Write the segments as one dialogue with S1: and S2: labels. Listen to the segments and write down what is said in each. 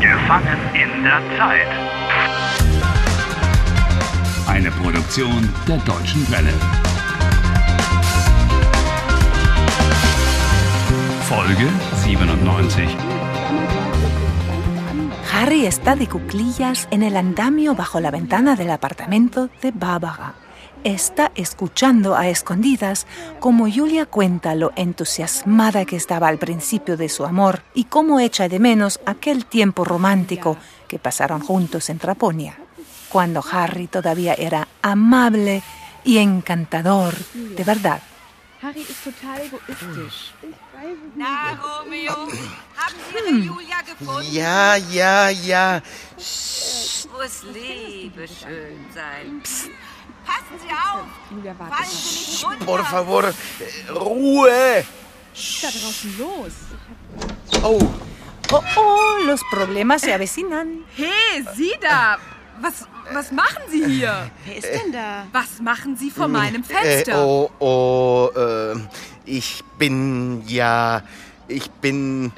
S1: Gefangen in der Zeit.
S2: Eine Produktion der Deutschen Welle. Folge 97.
S3: Harry está de cuclillas en el andamio bajo la ventana del apartamento de Bábaga. Está escuchando a escondidas cómo Julia cuenta lo entusiasmada que estaba al principio de su amor y cómo echa de menos aquel tiempo romántico que pasaron juntos en Traponia, cuando Harry todavía era amable y encantador, de verdad.
S4: Harry ist total egoistisch.
S5: Na, Romeo, haben Sie
S6: Hm.
S5: Ihre Julia gefunden?
S7: Ja, ja, ja.
S5: Muss Liebe schön sein. Psst. Passen Sie auf,
S4: Julia, warte
S5: fallen Sie nicht runter.
S7: Por favor, eh, Ruhe.
S4: Was ist da draußen los?
S7: Oh,
S3: Oh, oh, los problemas se avecinan.
S6: Hey, Sie da! Was, was machen Sie hier?
S8: Wer ist denn da? Hm.
S6: Was machen Sie vor meinem
S7: äh,
S6: Fenster?
S7: oh, oh, äh, ich bin ja, ich bin,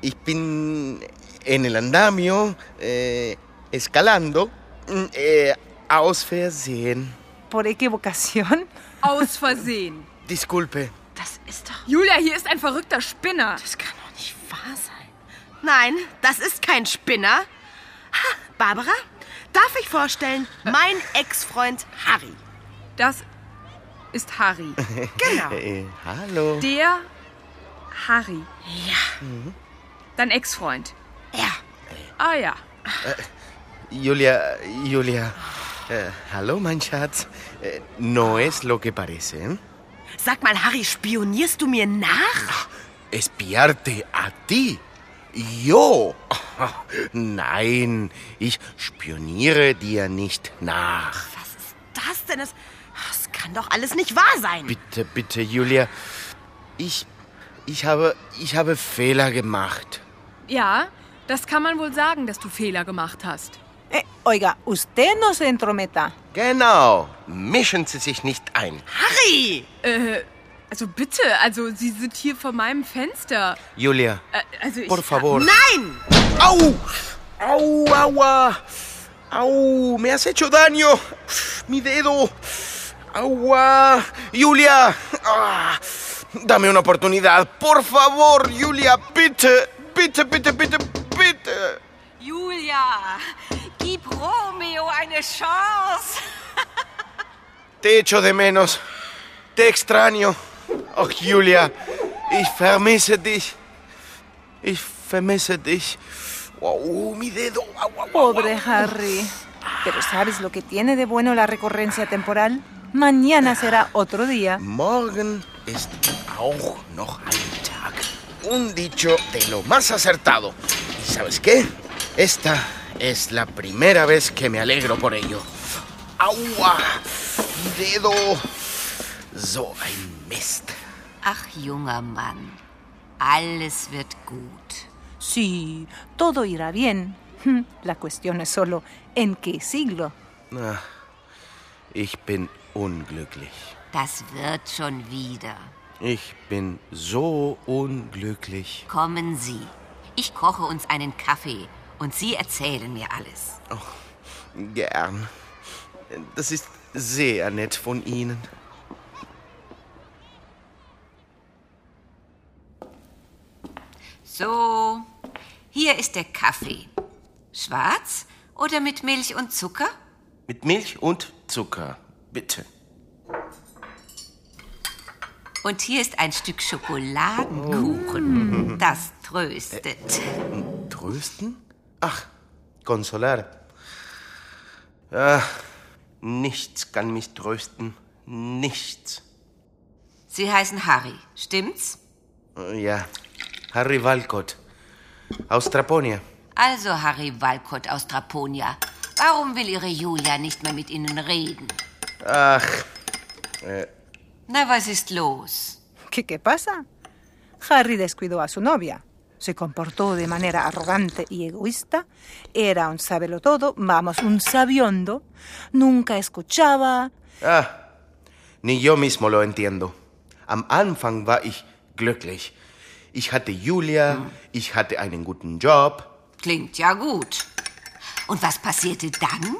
S7: ich bin en el andamio, eh, escalando, mm, eh, aus Versehen.
S3: Por equivocación.
S6: Aus Versehen.
S7: Disculpe.
S8: Das ist doch.
S6: Julia, hier ist ein verrückter Spinner.
S8: Das kann doch nicht wahr sein. Nein, das ist kein Spinner. Ha, Barbara, darf ich vorstellen, mein Ex-Freund Harry.
S6: Das ist Harry.
S4: Ah.
S8: Genau.
S7: Eh, hallo.
S6: Der Harry.
S8: Ja.
S6: Dein Ex-Freund.
S8: Ja.
S6: Ah ja.
S7: Julia, Julia. eh, hallo, mein Schatz. Eh, no es lo que parece. ¿eh?
S8: Sag mal, Harry, spionierst du mir nach?
S7: espiarte a ti. Yo. Nein, ich spioniere dir nicht nach.
S8: Was ist das denn? Das, das kann doch alles nicht wahr sein.
S7: Bitte, bitte, Julia. Ich, ich habe, ich habe Fehler gemacht.
S6: Ja, das kann man wohl sagen, dass du Fehler gemacht hast.
S3: Eh, oiga, usted no se entrometa.
S7: Genau. Mischen Sie sich nicht ein.
S8: Harry!
S6: Äh, also bitte, also Sie sind hier vor meinem Fenster.
S7: Julia,
S6: Äh, also ich,
S7: por favor.
S8: Nein!
S7: Au! Au, agua. Au, me has hecho daño. Mi dedo. Agua. Julia. Ah, dame una oportunidad. Por favor, Julia, bitte. Bitte, bitte, bitte, bitte.
S5: Julia, gib Romeo eine Chance.
S7: Te echo de menos. Te extraño. Oh, Julia, ich vermisse dich. Ich vermisse dich. Oh, mi dedo. Au, au, au, au.
S3: Pobre Harry. Pero ¿sabes lo que tiene de bueno la recurrencia temporal? Mañana será otro día.
S7: Morgen ist auch noch ein Tag. Un dicho de lo más acertado. ¿Y sabes qué? Esta es la primera vez que me alegro por ello. ¡Agua! ¡Dedo! So ein Mist.
S5: Ach, junger Mann, alles wird gut.
S3: Sí, todo irá bien. Hm, La cuestión es solo en qué siglo.
S7: Ah, Ich bin unglücklich.
S5: Das wird schon wieder.
S7: Ich bin so unglücklich.
S5: Kommen Sie. Ich koche uns einen Kaffee und Sie erzählen mir alles.
S7: Gern. Das ist sehr nett von Ihnen.
S5: So, hier ist der Kaffee. Schwarz oder mit Milch und Zucker?
S7: Mit Milch und Zucker, bitte.
S5: Und hier ist ein Stück Schokoladenkuchen. Das tröstet.
S7: Trösten? Ach, consolar. Ah, nichts kann mich trösten. Nichts.
S5: Sie heißen Harry, stimmt's?
S7: Äh, Ja, Harry Walcott. Aus Traponia.
S5: Also Harry Walcott aus Draponia. Warum will Ihre Julia nicht mehr mit Ihnen reden?
S7: Ach,
S5: Na, was ist los?
S3: ¿Qué, qué pasa? Harry descuidó a su novia. Se comportó de manera arrogante y egoísta. Era un sabelotodo, vamos, un sabiondo. Nunca escuchaba.
S7: ah, ni yo mismo lo entiendo. Am Anfang war ich glücklich. Ich hatte Julia, ich hatte einen guten Job.
S5: Klingt ja gut. Und was passierte dann?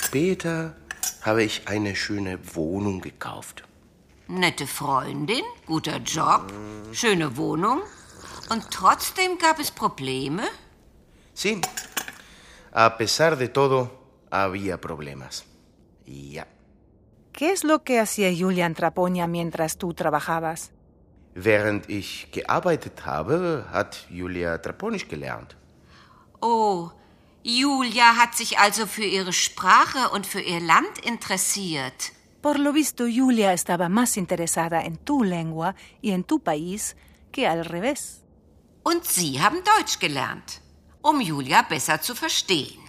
S7: Später habe ich eine schöne Wohnung gekauft.
S5: Nette Freundin, guter Job, schöne Wohnung. Und trotzdem gab es Probleme?
S7: Sí. A pesar de todo, había problemas. Ja.
S3: ¿Qué es lo que hacía Julian Traponia mientras tú trabajabas?
S7: Während ich gearbeitet habe, hat Julia Traponisch gelernt.
S5: Oh, Julia hat sich also für ihre Sprache und für ihr Land interessiert.
S3: Por lo visto, Julia estaba más interesada en tu lengua y en tu país que al revés.
S5: Und sie haben Deutsch gelernt, um Julia besser zu verstehen.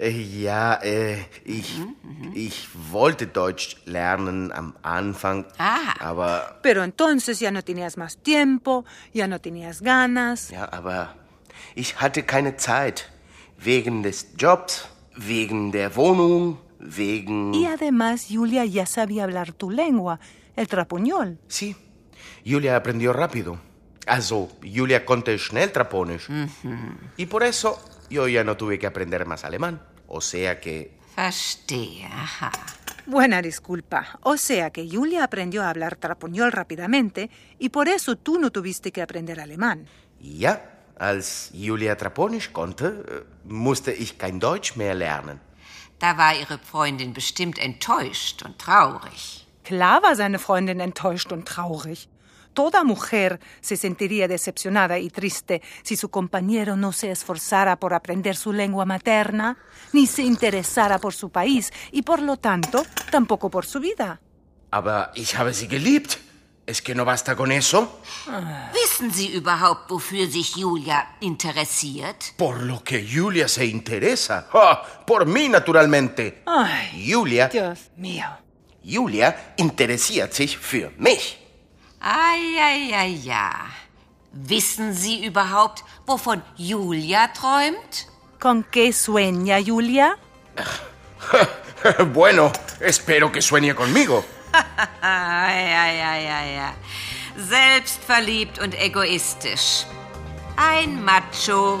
S7: Äh, Ja, äh, ich, ich wollte Deutsch lernen am Anfang,
S5: Ah.
S7: aber
S3: Pero entonces ya no tenías más tiempo, ya no tenías ganas.
S7: ja, aber ich hatte keine Zeit wegen des Jobs, wegen der Wohnung, wegen
S3: Y además, Julia ya sabía hablar tu lengua, el trapuñol.
S7: Sí. Julia aprendió rápido. Also, Julia konnte schnell Traponisch. Y por eso yo ya no tuve que aprender más alemán. O sea que.
S5: Verstehe, aha.
S3: Buena disculpa. O sea que Julia aprendió a hablar trapuñol rápidamente y por eso tú no tuviste que aprender alemán.
S7: Ja, als Julia Traponisch konnte, äh, musste ich kein Deutsch mehr lernen.
S5: Da war ihre Freundin bestimmt enttäuscht und traurig.
S3: Klar war seine Freundin enttäuscht und traurig. Toda mujer se sentiría decepcionada y triste si su compañero no se esforzara por aprender su lengua materna, ni se interesara por su país y por lo tanto tampoco por su vida.
S7: Aber ich habe sie geliebt. Es que no basta con eso.
S5: Wissen Sie überhaupt, wofür sich Julia interessiert?
S7: Por lo que Julia se interesa. Ja, por mí, naturalmente.
S3: Ay,
S7: Julia,
S3: Dios mío.
S7: Julia interessiert sich für mich.
S5: Eieiei, ja. Wissen Sie überhaupt, wovon Julia träumt?
S3: ¿Con qué sueña Julia?
S7: bueno, espero que sueñe conmigo.
S5: Eieiei, selbstverliebt und egoistisch. Ein Macho.